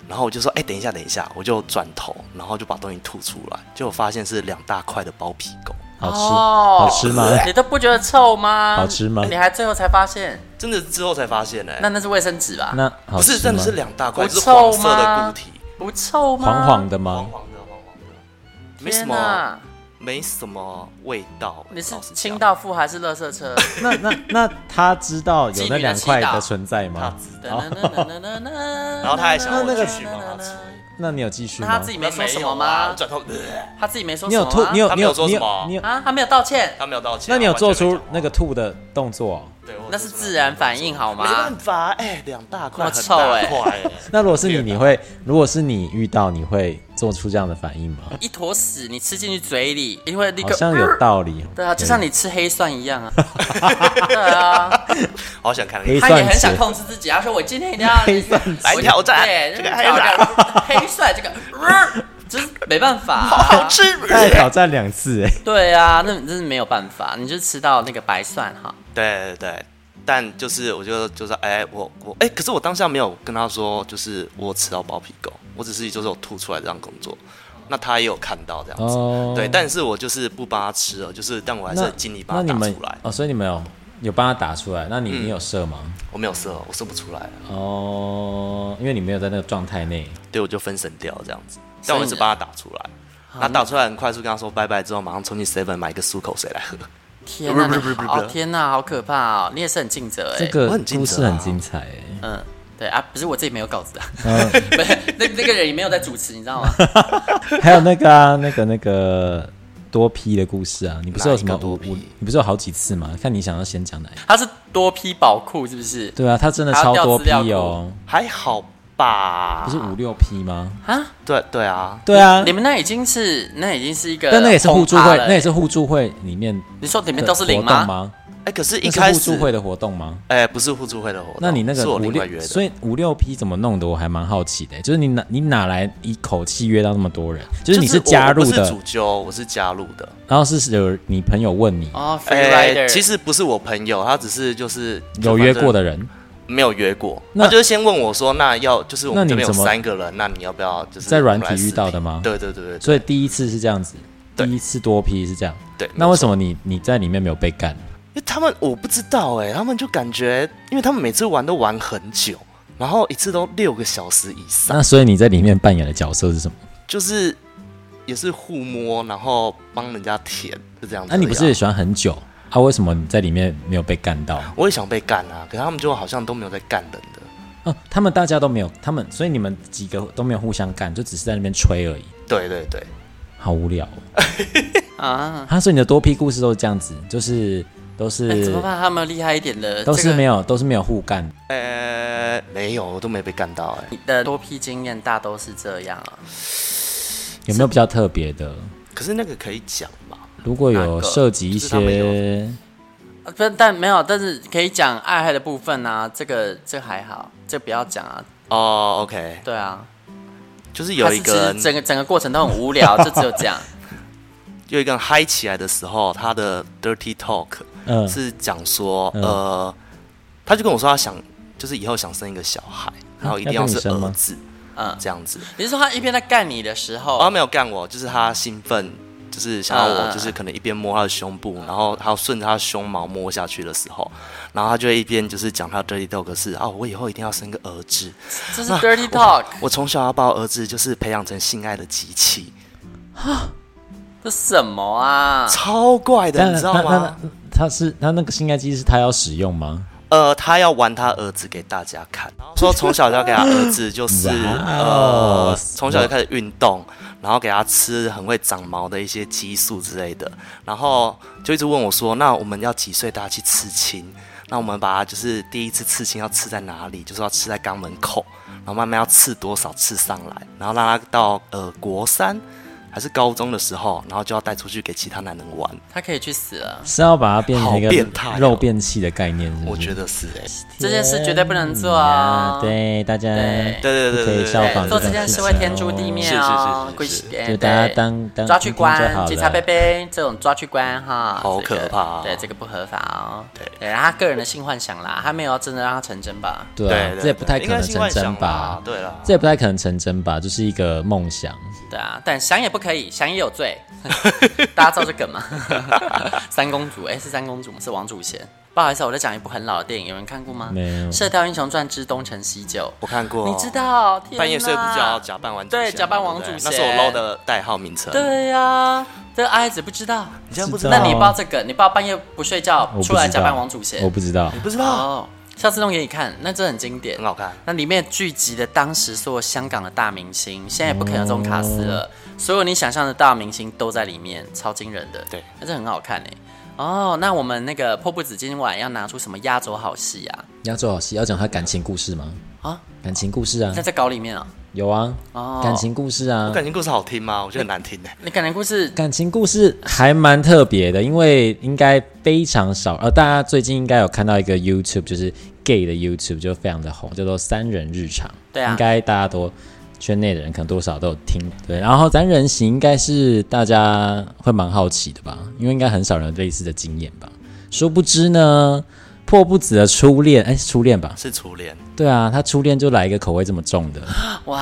然后我就说，哎、等一下，等一下，我就转头，然后就把东西吐出来，结果发现是两大块的包皮狗，嗯好吃哦好 吃吗？ 你都不觉得臭吗？好吃吗你还最后才发现，真的之后才发现呢、那那是卫生纸吧？那好不吃是吗真的是两大块，不就是臭黄色的吗固体，不臭吗？黄黄的吗黄？黄的，黄黄的，没什天么哪，，没什么味道。你是老实讲清道夫还是垃圾车？那那那他知道有那两块的存在他吗？知道。然然后他还想要那我个继续帮他吃，那你有继续那吗？他自己没说什么吗我？转头，他自己没说你什么有吗？吐，你有他你没有有说你什么有啊你有，啊？他没有道歉，他没有道歉啊。那你有完全做没讲出话那个？吐的动作哦？对，我那有是做出自然反应好没吗办？法，哎，两大块那么很臭哎大块，哎那如果是你，你会如果是你遇到，你会做出这样的反应吗？一坨屎你吃进去嘴里，因为立好刻像有道 理。对啊，就像你吃黑蒜一样 啊。对啊，好想看那黑个。他也很蒜想汁控制自己，啊他说我今天 一定要黑蒜汁来挑战对，这个挑战黑蒜这个，呃就是没办法啊，好好吃，再挑战两次，哎，对啊，那真是没有办法，你就吃到那个白蒜哈。对对对。但就是，我就就是，哎、我我哎、可是我当下没有跟他说，就是我吃到包皮狗，我只是就是有吐出来这样工作，那他也有看到这样子，哦对，但是我就是不帮他吃了，就是但我还是那很尽力那把你它打们出来，嗯哦，所以你们有有帮他打出来，那你你有射吗？我没有射，我射不出来啊，哦，因为你没有在那个状态内，对，我就分神掉这样子，所以但呢我一直把它打出来。那打出来很快速跟他说拜拜之后，马上冲去 seven 买一个漱口水来喝。天哪，不是不是不你是好不哦是天哪，好可怕哦！你也是很尽责哎。这个我很尽故责事很啊精彩， 哎，嗯，对啊，不是我自己没有稿子啊，嗯 不是那那个人也没有在主持，你知 道吗？还有那个啊，那个那个多批的故事啊，你不是有什么哪一个五多五，批你不是有好几次吗？看你想要先讲哪一个？他是多批宝库是不是？对啊，他真的还要超调多资料批哦，还好吧？不是五六批吗？啊，对对啊，对啊你，们那已经是那已经是一个，但那也是互助会，那也是是互助会里面欸你说里里面都是零吗？吗？哎，可是一那是开互始助会的活动吗？哎，不是互助会的活动，那你那是个我五另外六，约所的。以五六批怎么弄的？我还蛮好奇的、就是你哪你哪来一口气约到那么多人？就是你是加入我我不的，是主揪，我是加入的。然后是有你朋友问你哦，free 哎、 rider，其实不是我朋友，他只是就是有约过的，的人，没有约过。那他就是先问我说，那要就是我那们你这边有怎么三个人，那你要不要就是在软我们来体遇试到听的吗对对对对对所以第一次是这样子，对第一次多批是这样。对。那为么？什么你你在里面没有被干？因为他们我不知道哎、他们就感觉，因为他们每次玩都玩很久，然后一次都六个小时以上，那所以你在里面扮演的角色是什么？就是也是互摸，然后帮人家舔，是这样子而已啊。那、你不是也喜欢很久啊？为什么你在里面没有被干 到？我也想被干啊，可是他们就好像都没有在干人的。啊，他们大家都没有，他们所以你们几个都没有互相干，就只是在那边吹而已，对对对，好无聊、哦。啊，他、说你的多批故事都是这样子，就是都是、哎怎么办？他们厉害一点的，都是没有有都是没有互干。呃，没有，我都没被干到哎、你的多批经验，大都是这样啊。有没有比较特别的？可是那个可以讲吧？如果有涉及一就是他们些，啊不，但没有，但是可以讲爱害的部分啊，这个这还好，这不要讲啊。哦，OK、o k 对啊，就是有一个还是其人实整个整个过程都很无聊，就只有这样。有一个人嗨起来的时候，他的 dirty talk 嗯，是讲说，嗯呃，他就跟我说他想，就是以后想生一个小孩，然后一定啊要跟是你生吗儿子嗯，这样子。哦你是说他一边在干你的时候，然后他没有干我，就是他兴奋，就是想要嗯嗯我，嗯就是可能一边摸他的胸部，然后还有顺着他的胸毛摸下去的时候，然后他就会一边就是讲他 dirty talk 是啊，我以后一定要生个儿子，这啊是 dirty talk，我从小要把我儿子就是培养成性爱的机器，这什么啊？超怪的，但你知道那那吗？那他是他那个性爱机是他要使用吗？呃，他要玩他儿子给大家看，然后说从小就要给他儿子就是哇哦呃，从小就开始运动，然后给他吃很会长毛的一些激素之类的，然后就一直问我说，那我们要几岁大家去刺青？那我们把它就是第一次刺青要刺在哪里？就是要刺在肛门口，然后慢慢要刺多少刺上来，然后让他到呃国三还是高中的时候，然后就要带出去给其他男人玩。他可以去死了，是要把它变成一好变个态哦肉变器的概念是不是？我觉得是哎、这件事绝对不能做啊天哪对，啊大家对对对不对可以对对效仿对哎做这这种件事事会情天诛哦地灭是是哦是，规是矩是哎就大家对当当抓去听听就好关，了警察贝贝这种抓去关哈，好这个可怕哦对，这个不合法哦。对对，然后他个人的性幻想啦，他没有要真的让他成真吧？对啊，这也不太可能成真吧？对了，这也不太可能成真吧？就是一个梦想。对啊，但想也不可以，想也有 罪。大家知道这梗吗？ 三公主，哎、是三公主吗？是王祖贤。不好意思，啊我在讲一部很老的电影，有人看过吗？没有《射雕英雄传之东成西就我看》，过，你知道？天哪半夜睡不着，假扮王祖贤对假扮王祖贤对不对那是我 LO 的代号名称。，对呀、啊，这个阿姨子不知道。你竟然不知知道？道那你不知道这个？你不知道半夜不睡觉啊我不出来知假道扮王祖贤我？不知道，嗯不知道？哦，下次弄给你看，那真的很经典很。好看，那里面聚集的当时所有香港的大明星，现在也不可能有这种卡司了。嗯所有你想象的大明星都在里面，超惊人的。对，那这很好看哎、哦，那我们那个迫不及今晚要拿出什么压轴好戏啊？你要做好戏，要讲他感情故事吗？啊，感情故事啊那，在稿里面啊、有啊，哦感情故事啊我，感情故事好听吗？我觉得很难听呢。你感情故事感情故事还蛮特别的，因为应该非常少。呃，大家最近应该有看到一个 YouTube，就是 gay 的 YouTube，就非常的红，叫做“三人日常”。对啊应该大家都圈内的人可能多少都有听。对，然后三人行应该是大家会蛮好奇的吧，因为应该很少人有类似的经验吧。殊不知呢，破不子的初恋，哎，是初恋吧？是初恋，对啊，他初恋就来一个口味这么重 的。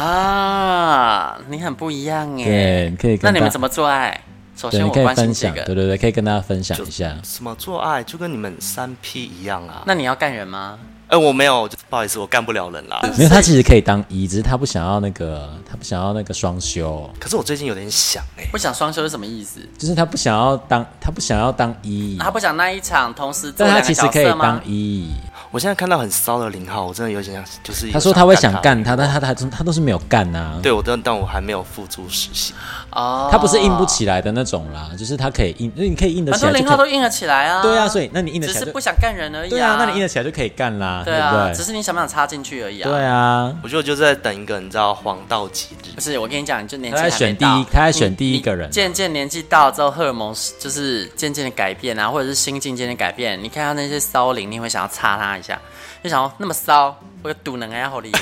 哇，你很不一样哎、对，你可以跟那你们大怎么做爱？首对，先你我可以关心分这享，个，对对对，可以跟大家分享一下。什么做爱就跟你们三 P 一样啊？那你要干人吗？哎，我没有，就不好意思，我干不了人啦。没有，他其实可以当一，只是他不想要那个，他不想要那个双休，可是我最近有点想哎，不想双休是什么意思？就是他不想要当，他不想要当一，他不想那一场同时做嗯但两个他其实角可以色吗当？一。我现在看到很骚的零号，我真的有点想，就是有他说他会想他干他，但他他他都是没有干啊。对我，但但我还没有付诸实行。哦它不是硬不起来的那种啦，就是它可以硬，你可以硬得很起多来就零号可都以。硬了起来啊。对啊，所以那你硬得只起来是就不想干人而已、对啊，那你硬得起来就可以干啦，对不啊，对？只是你想不想插进去而已啊。对啊，我觉得我就在等一个你知道黄道吉日不，是，我跟你讲，你就年纪还他在没选第一到他在选第一你个人你渐渐年纪到之后，荷尔蒙是就是渐渐的改变啊，或者是心境渐渐地改变。你看他那些骚灵，你会想要擦他一下，就想要那么骚，我有赌能啊还要好理 耶，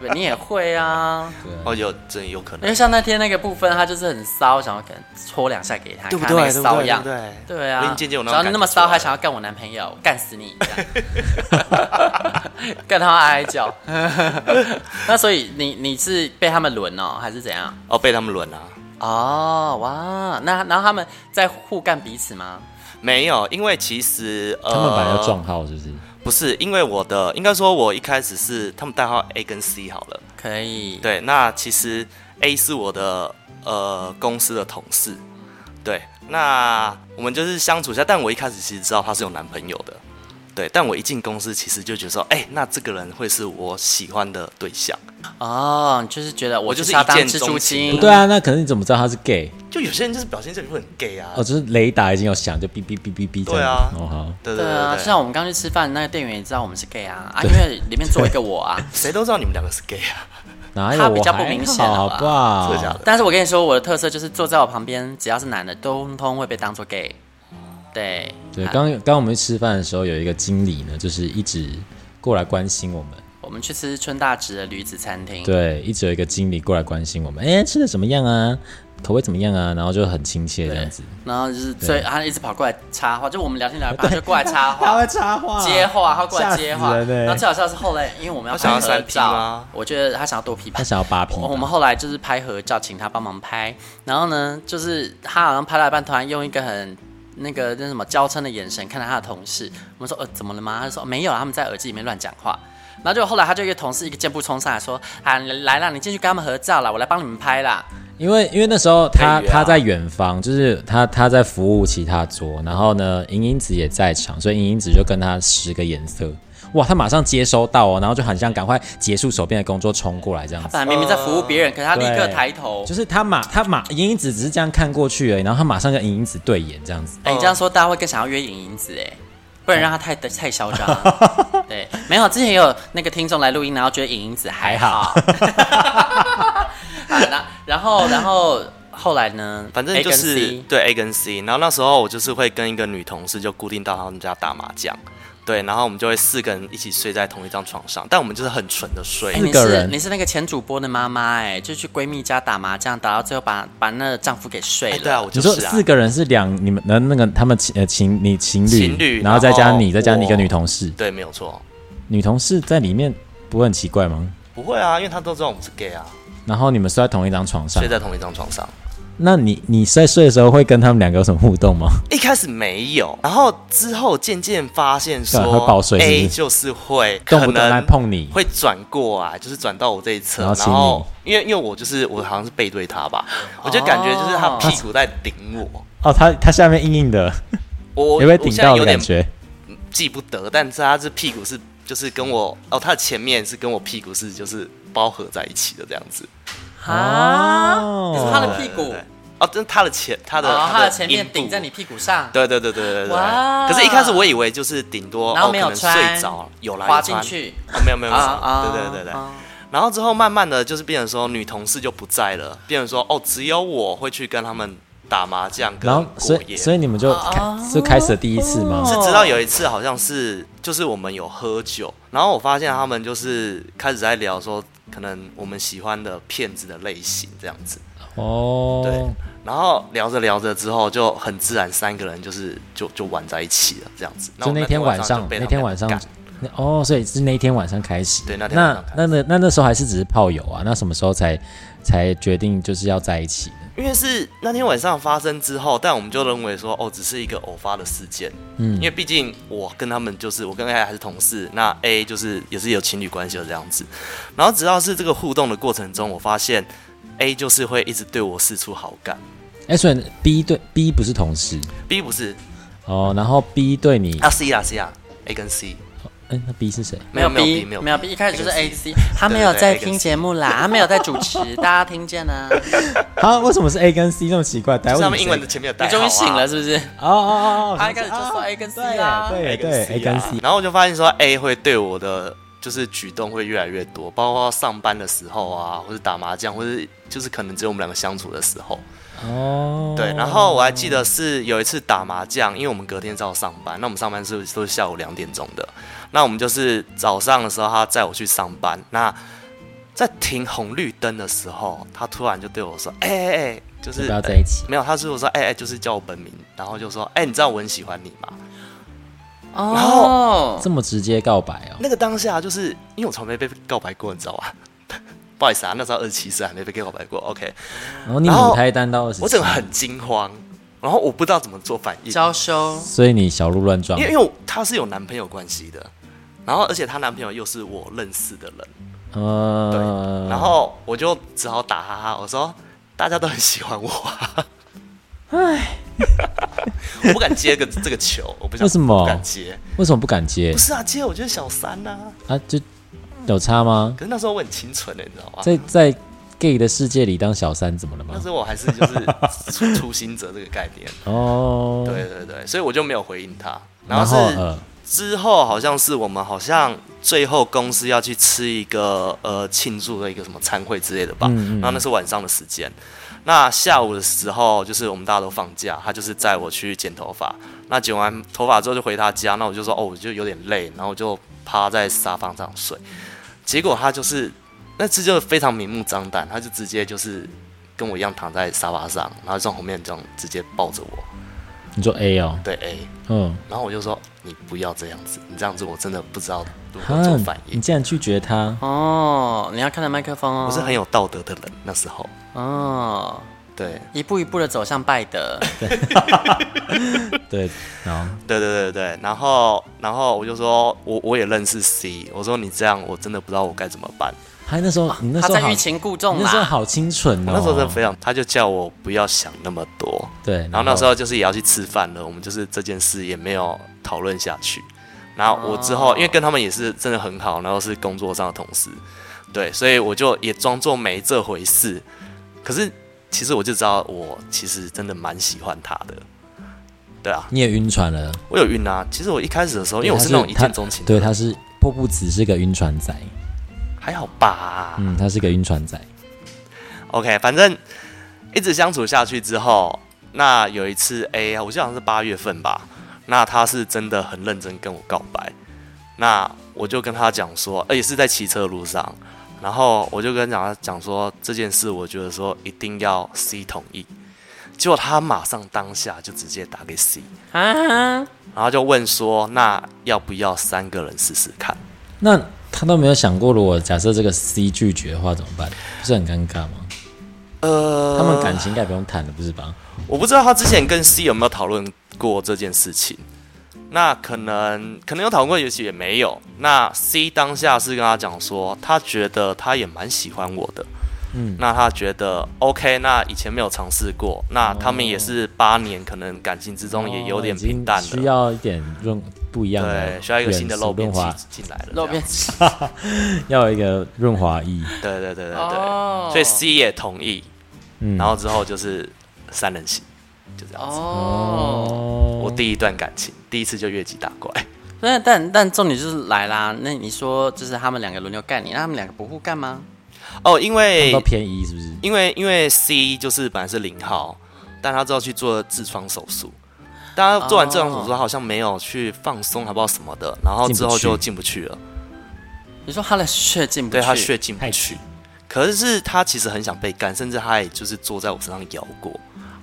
对你也会啊。哦，有真的有可因能为，像那天那个部分，他就是很骚，想要可能搓两下给他，对不看他那个对？对不骚对？对样不。对？对我已啊，经渐渐有那只要种你感那么觉骚，出来还想要干我男朋友，干死你！ 这样干他哀哀叫。那所以你你是被他们轮哦，还是怎样？哦，被他们轮啊。哦，哇，那然后他们在互干彼此吗？没有，因为其实呃，他们本来就撞号是不是？呃不是，因为我的应该说，我一开始是他们代号 A 跟 C 好了。可以，，对，那其实 A 是我的呃公司的同事，对，那我们就是相处一下。但我一开始其实知道她是有男朋友的，对，但我一进公司其实就觉得说，哎、那这个人会是我喜欢的对象。哦，就是觉得我我就是是要当一见蜘蛛钟情精，不对啊，那可能你怎么知道他是 gay？就有些人就是表现这里会很 gay 啊，哦，就是雷达已经有响，就哔哔哔哔哔这样。对啊哦好，对对对啊，对就对，像我们刚去吃饭，那个店员也知道我们是 gay 啊，啊，因为里面坐一个我啊。谁都知道你们两个是 gay 啊，哪有他我比较还不明显了好哦好吧不好？真的假的？但是我跟你说，我的特色就是坐在我旁边，只要是男的，都通通会被当做 gay。对，对，啊刚刚我们去吃饭的时候，有一个经理呢，就是一直过来关心我们。我们去吃春大直的驴子餐厅，对，一直有一个经理过来关心我们，哎，吃的怎么样啊？口味怎么样啊？然后就很亲切这样子。然后就是最他一直跑过来插话，就我们聊天聊一半，他就过来插 他话会。插话，接话，他过来接吓话，死人欸然后最好笑是后来，因为我们要他想拍要合三 P 照吗，我觉得他想要多 P 吧他，想要扒皮吧。我我们后来就是拍合照，请他帮忙拍。然后呢，就是他好像拍到一半，突然用一个很那个那什么娇嗔的眼神看着他的同事。我们说呃怎么了吗？他就说没有啊，他们在耳机里面乱讲话。然后就后来他就一个同事一个箭步冲上来说啊你来啦，你进去跟他们合照啦，我来帮你们拍啦。因为因为那时候他太远啊他在远方，就是他他在服务其他桌，然后呢，莹莹子也在场，所以莹莹子就跟他使个颜色，哇，他马上接收到哦，然后就很像赶快结束手边的工作冲过来这样子本。来啊明明在服务别人，可是他立刻对抬头就。是他马他马莹莹子只是这样看过去而已，然后他马上跟莹莹子对眼这样子，哎、嗯你这样说大家会更想要约影影子哎，不能让他太太嚣张。 对，没有，之前也有那个听众来录音，然后觉得影影子还好。好那然后然后后来呢？反正 A 就跟是 C 对 A 跟 C，然后那时候我就是会跟一个女同事就固定到他们家打麻将，对，然后我们就会四个人一起睡在同一张床上，但我们就是很纯的睡哎，四你个是人你是那个前主播的妈妈哎，就去闺蜜家打麻将，打到最后把把那个丈夫给睡哎，了。对啊，我你就说是啊四，个人是两你们那那个他们情呃情你情侣，情侣然后再加然后你再加你一个我女同事，对，没有错，女同事在里面不会很奇怪吗？不会啊，因为他都知道我们是 gay 啊，然后你们睡在同一张床上睡，在同一张床上。那你你在睡的时候会跟他们两个有什么互动吗？一开始没有，然后之后渐渐发现说啊干会爆睡是不是 A 就是会动可不动来能碰你会转过来，就是转到我这一侧，然后然亲你后因为因为我就是我好像是背对他吧，我就感觉就是他屁股在顶我，哦，他他下面硬硬的，我有没有我顶现在到有的感点觉？记不得，但是他是屁股是就是跟我哦，他的前面是跟我屁股是就是包合在一起的这样子，啊，哦你说他的屁对股对，哦，真的他的前他的然哦后他的前阴面部顶在你屁股上，对对对对对对哇对。可是，一开始我以为就是顶多然后哦没有可能穿睡着有啦，滑有进穿去哦，没有没有没有啊啊穿，对对对对。啊然后之后慢慢的就是变成说女同事就不在了，变成说哦，只有我会去跟他们打麻将跟然后所过以夜。哦所以你们就开就开始了第一次吗？是直到有一次好像是就是我们有喝酒，然后我发现他们就是开始在聊说可能我们喜欢的骗子的类型这样子。哦，对然后聊着聊着之后，就很自然三个人就是就就玩在一起了，这样子。就那天晚上上就被他那们天晚上干那哦，所以是那一天晚上开始。对那天晚那上开始那那那那时候还是只是炮友啊？那什么时候才才决定就是要在一起呢？因为是那天晚上发生之后，但我们就认为说，哦，只是一个偶发的事件。嗯，因为毕竟我跟他们就是我跟 A 还是同事，那 A 就是也是有情侣关系的这样子。然后直到是这个互动的过程中，我发现 A 就是会一直对我示出好感哎，所以 B 对 B 不是同事，B 不是哦，然后 B 对你啊 C 啊 C 啊 A 跟 C，哎，那 B 是谁？没有没有 B， B，没有没有 B， B，一开始就是 A A C， C 他没有在对对听 A 节目 啦，他没有在主持，大家听见啦。啊，为什么是 A 跟 C 这么奇怪？大就家为什么是他们是英 A- 文的前面有代你号、啊。终于醒哎了，是不是？哦哦哦哦，他一开始就说啊 A 跟 C 啦对 A 跟哎对 C 啊 A 跟 C，然后我就发现说 A 会对我的就是举动会越来越多，包括上班的时候啊，或者打麻将，或者就是可能只有我们两个相处的时候。哦，对，然后我还记得是有一次打麻将，因为我们隔天早上上班，那我们上班是都是下午两点钟的，那我们就是早上的时候他载我去上班，那在停红绿灯的时候，他突然就对我说：“哎哎哎，就是要不要在一起？没有，他是我说，哎、哎，就是叫我本名，然后就说，哎、你知道我很喜欢你吗？哦，这么直接告白哦，那个当下就是因为我从没被告白过，你知道吧？ 不好意思啊，那时候二十七岁还没被告白过。OK，然后你然后母胎单到二十，我整个很惊慌，然后我不知道怎么做反应，娇羞，所以你小鹿乱撞因，为因为我她是有男朋友关系的，然后而且她男朋友又是我认识的人，呃，然后我就只好打哈哈，我说大家都很喜欢我、啊， 我不敢接个这个球，我不想为什么不敢接？为什么不敢接不是啊，接我就是小三呐、啊。啊？就有差吗？可是那时候我很清纯的，你知道吗？在在 gay 的世界里当小三怎么了啊那吗时？候我还是就是初 初心者这个概念，哦，对，对对，所以我就没有回应他。然后是呃，之后好像是我们好像最后公司要去吃一个呃庆祝的一个什么餐会之类的吧，嗯嗯然后那是晚上的时间。那下午的时候，就是我们大家都放假，他就是载我去剪头发。那剪完头发之后就回他家，那我就说哦，我就有点累，然后我就趴在沙发上睡。结果他就是那次就非常明目张胆，他就直接就是跟我一样躺在沙发上，然后从后面这样直接抱着我，你说 A 哦，对哎 A，嗯，然后我就说你不要这样子，你这样子我真的不知道如何做哈反，你应，竟然拒绝他，哦，你要看着麦克风哦，我是很有道德的人那时候，哦，对一步一步的走向败德，对，然后对对对对，然后然后我就说我我也认识 C，我说你这样我真的不知道我该怎么办，还那时候你那他时候在好欲，擒故你纵那时候啦。好清纯哦，我那时候真的非常，他就叫我不要想那么多，对，然后那时候就是也要去吃饭了，我们就是这件事也没有讨论下去。然后我之后因为跟他们也是真的很好，然后是工作上的同事，对，所以我就也装作没这回事。可是其实我就知道，我其实真的蛮喜欢他的。对啊，你也晕船了，我有晕啊。其实我一开始的时候，因为我是那种一他见钟情的对，人，他是破布子是个晕船仔，啊还好吧。嗯，他是个晕船仔， OK，反正一直相处下去之后，那有一次 A，我记得好像是八月份吧，那他是真的很认真跟我告白，那我就跟他讲说，而且是在骑车的路上，然后我就跟他讲说这件事，我觉得说一定要 C 同意，结果他马上当下就直接打给 C，啊，然后就问说，那要不要三个人试试看？那他都没有想过，如果假设这个 C 拒绝的话怎么办？不是很尴尬吗？呃，他们感情应该不用谈了，不是吧？我不知道他之前跟 C 有没有讨论过这件事情。那可能可能有讨论过，也许也没有。那 C 当下是跟他讲说，他觉得他也蛮喜欢我的，嗯，那他觉得 OK，那以前没有尝试过，那他们也是八年，可能感情之中也有点哦已经平淡需了，要一点润不一样的，对，需要一个新的肉润变器滑，进来了，肉变器，要有一个润滑液。对对对对对，哦，所以 C 也同意，嗯，然后之后就是三人行，就这样子。哦，我第一段感情，第一次就越级打怪。那但但重点就是来啦，那你说就是他们两个轮流干你，那他们两个不互干吗？哦，因为都偏一是不是？因为因为 C 就是本来是零号，但他之后去做痔疮手术，但他做完痔疮手术，他好像没有去放松，好不好什么的，然后之后就进不去了，你说他的血进不去，对他血进不太去。可是他其实很想被干，甚至他也就是坐在我身上摇过。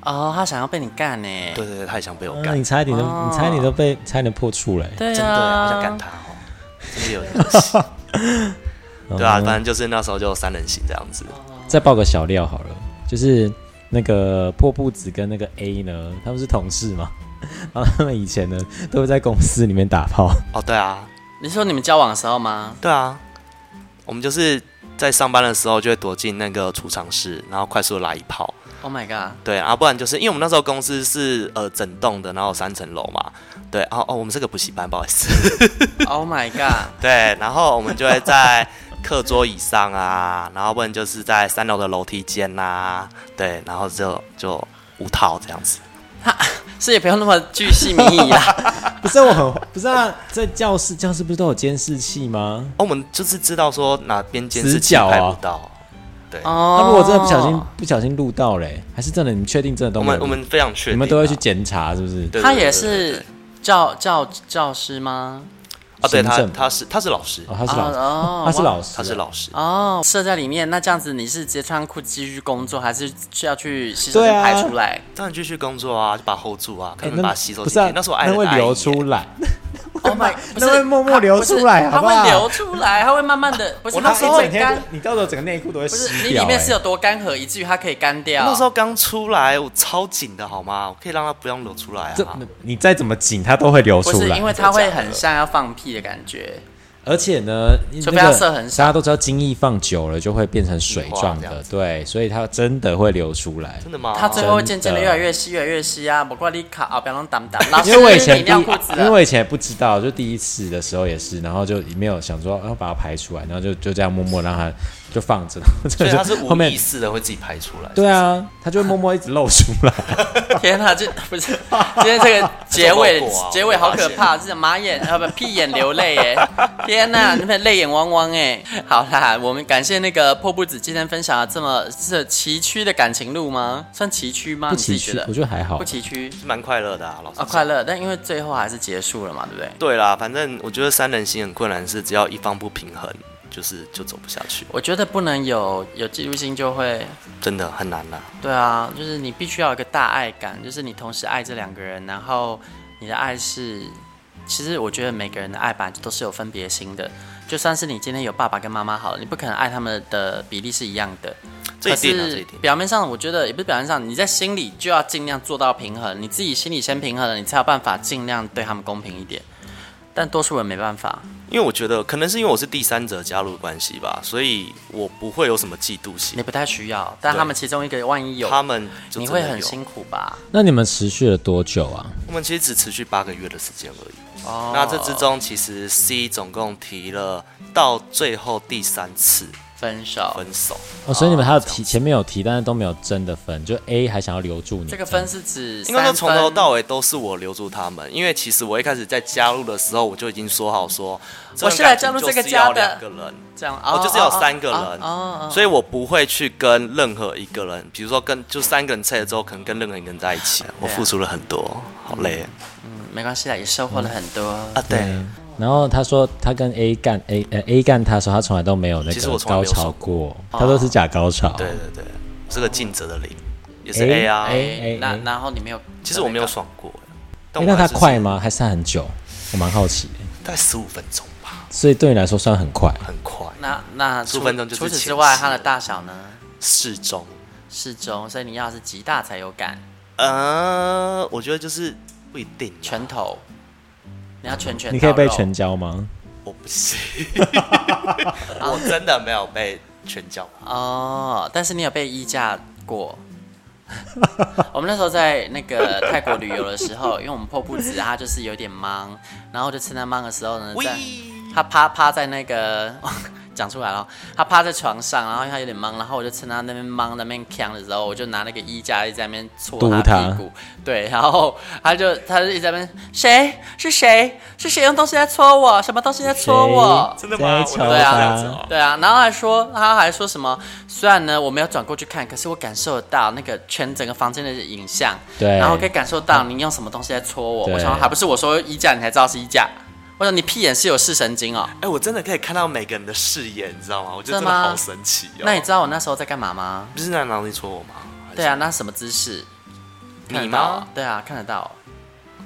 哦，他想要被你干呢、对对对，他也想被我啊干，你差一点都，哦你差一点都被差一点破处了欸。对真的啊，好想干他哦，真的有点可 惜。对啊，反正就是那时候就三人行这样子。再爆个小料好了，就是那个破布子跟那个 A 呢，他们是同事嘛，然 后他们以前呢都会在公司里面打炮， 哦，对啊，你说你们交往的时候吗？对啊，我们就是在上班的时候就会躲进那个储藏室，然后快速地来一炮。 Oh my god！对啊，不然就是因为我们那时候公 啊司是呃整栋的，然后有三层楼嘛。对，哦哦，我们是个补习班，不好意思。 Oh my god！ 对，然后我们就会在课桌椅上啊，然后不然就是在三楼的楼梯间呐、对，然后就就五套这样子。是也不用那么巨细靡遗啦。不是我很不是啊，在教室教室不是都有监视器吗？哦我们就是知道说哪边监视死器角啊拍不到，哦他、如果真的不小心不小心录到嘞，还是真的？你们确定真的都我没有们我们非常确定啊，你们都会去检查是不是？对。对他对也对对是教教教师吗？哦，对他行政他是他是老师，哦，他是老师，哦他是啊老师，他是。老师。哦，设在里面。那这样子，你是直接穿裤子继续工作，还是需要去洗手对间啊排出来？当然继续工作啊，就把它 hold 住啊，哎看能不能把它吸收不进是啊，。去那是我爱人会的阿姨流耶出来。 Oh my，不是那会默默它流出来不是好不好它会流出来，它会慢慢的，不是我那它时是候会你看干，你到时候整个内裤都会不湿是掉。你里面哎是有多干涸，以至于它可以干掉。那时候刚出来，我超紧的好吗？我可以让它不用流出来这啊。你再怎么紧，它都会流不出是来因。为它会很像要放屁的感觉。而且呢，除那非个它射很少大家都知道，精液放久了就会变成水状液化这的样，子对，所以它真的会流出来。真的吗？它最后会渐渐的真的越来越稀，越来越稀啊！不过你卡啊，不要弄挡 挡。老师，因为我以前你不尿裤子，因为了。我以前也不知道，就第一次的时候也是，然后就没有想说要哦把它排出来，然后就就这样默默让它就放着，所以它是后无面意识的会自己排出来。对啊，它就会默默 一直露出来。 天哪，这不是今天这个结尾这种后果啊，结尾好可怕，这是马眼啊不屁眼流泪 哎！天哪，那边泪眼汪汪哎！好啦，我们感谢那个破布子今天分享了这么这崎岖的感情路吗？算崎岖吗？不你自己崎觉岖，我觉得还好不。崎岖是蛮快乐的啊，老师啊，快乐，但因为最后还是结束了嘛，对不对？对啦，反正我觉得三人行很困难，是只要一方不平衡，就是就走不下去，我觉得不能有有嫉妒心就会真的很难啦。对啊，就是你必须要有一个大爱感，就是你同时爱这两个人，然后你的爱是，其实我觉得每个人的爱吧都是有分别心的。就算是你今天有爸爸跟妈妈好了，你不可能爱他们的比例是一样的。这一定啊可，这一是定。表面上，我觉得也不是表面上，你在心里就要尽量做到平衡，你自己心里先平衡了，你才有办法尽量对他们公平一点。但多数人没办法，因为我觉得可能是因为我是第三者加入关系吧，所以我不会有什么嫉妒你心。不太需要。但对他们其中一个万一有，他们就你真的会很有辛苦吧？那你们持续了多久啊？我们其实只持续八个月的时间而已。哦那这之中，其实 C 总共提了到最后第三次分手，分手，哦，所以你们还有提前面有提，但是都没有真的分，就 A 还想要留住你。这个分是指应该说三从头分到尾都是我留住他们，因为其实我一开始在加入的时候，我就已经说好说，我是来加入这个家的这段感情就是要两个人，这样哦，就是要三个人，哦所以我不会去跟任何一个人，比如说跟就三个人拆了之后，可能跟任何一个人在一起，我付出了很多，好累以没关系啦，也收获了很多。啊，对。然后他说他跟 A 干 A 呃 A 干他说他从来都没有那其实我个从来没高有啊潮过，他都是假高潮。对对对，我是个尽责的零，也是 A 啊。哎哎，那然后你没有，其实我没有爽过，但诶我那他还是快吗？还是他很久？我蛮好奇的。大概十五分钟吧，所以对你来说算很快。很快，那那15除分钟就是除此之前外，戏它的大小呢适中。适中，所以你要是极大才有感，呃，我觉得就是不一定啊，拳头，你要拳拳，你可以被全，交吗？我 不行，我真的没有被全教。哦，但是你有被衣架过。 我们那时候在那个泰国旅游的时候，因为我们破布子他就是有点忙，然后就趁他忙的时候呢，喂在他趴趴在那个讲出来了，哦他趴在床上，然后他有点懵，然后我就趁他那边懵那边呛的时候，我就拿那个衣架一直在那边搓堵他他屁股，对，然后他就他就一直在那边谁是谁是谁用东西在搓我，什么东西在搓我，真的吗谁我敲都对这样子他哦？啊，对啊，然后还说，他还说什么？虽然呢，我没有转过去看，可是我感受得到那个全整个房间的影像，对然后可以感受到你用什么东西在戳我。对我想说还不是我说衣架，你才知道是衣架。我说你屁眼是有视神经哦。哎、我真的可以看到每个人的视野，你知道吗？我觉真得的真的吗好神奇哦。那你知道我那时候在干嘛吗？不是在拿东西戳我吗？还是对啊，，那什么姿势？看你得到吗？？对啊，看得到。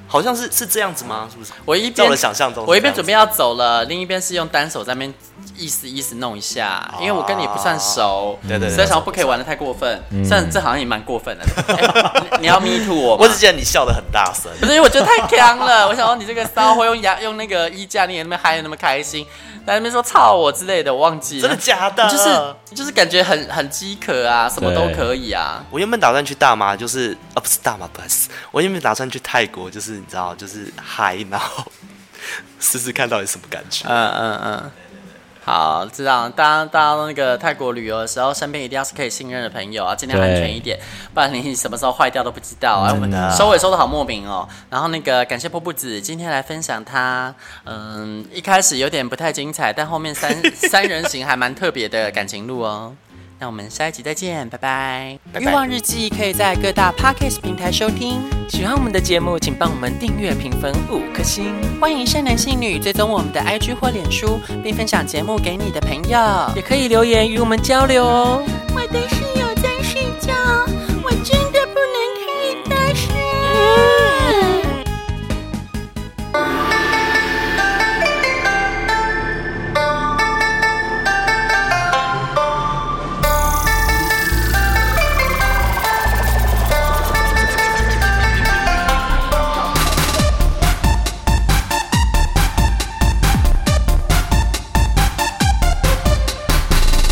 好像是是这样子吗？是不是？我一在我边的想象中，我一边准备。要走了，另一边是用单手在那边意思意思弄一下，因为我跟你不算熟，啊对对对嗯所以想说不可以玩的太过分，虽然这好像也蛮过分 的。哎你你要 me too 我吗我只记得你笑得很大声，不是，因为我觉得太强了。 我想说你这个骚货用牙用那个衣架，你也那么嗨得那么开心，在那边说操我之类的，我忘记了。真的假的？就是就是感觉很很饥渴啊，什么都对可以啊。我原本打算去大马，就是啊，不是大马，不是，我原本打算去泰国，就是你知道，就是嗨，然后试试看到底什么感觉。嗯嗯嗯，好，知道。大家大家那个泰国旅游的时候，身边一定要是可以信任的朋友啊，尽量安全一点，不然你什么时候坏掉都不知道啊。我们收尾收的好莫名哦。然后那个感谢破布子今天来分享他，嗯，一开始有点不太精彩，但后面 三三人行还蛮特别的感情路哦。那我们下一集再见，拜拜。拜欲拜望日记可以在各大 podcast 平台收听，喜欢我们的节目，请帮我们订阅、评分五颗星。欢迎善男信女追踪我们的 IG 或脸书，并分享节目给你的朋友。也可以留言与我们交流哦。我的室友在睡觉，我真的不能开大声。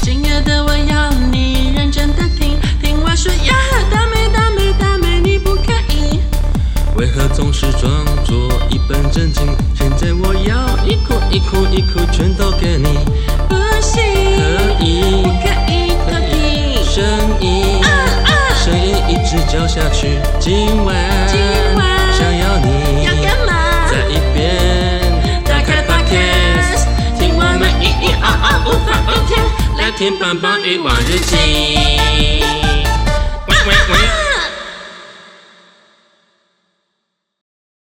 今夜的我要你认真的听，听我说呀，大美大美大美，你不可以。为何总是装作一本正经？现在我要一哭一哭一哭，全都给你。不行，可以不可以的听。声音，声音一直叫下去。今晚，今晚想要你要干嘛？再一遍。打开 podcast，听我们咿咿哦哦无法无天，来来听听棒棒棒棒欲欲望望日日记记。。喂喂喂。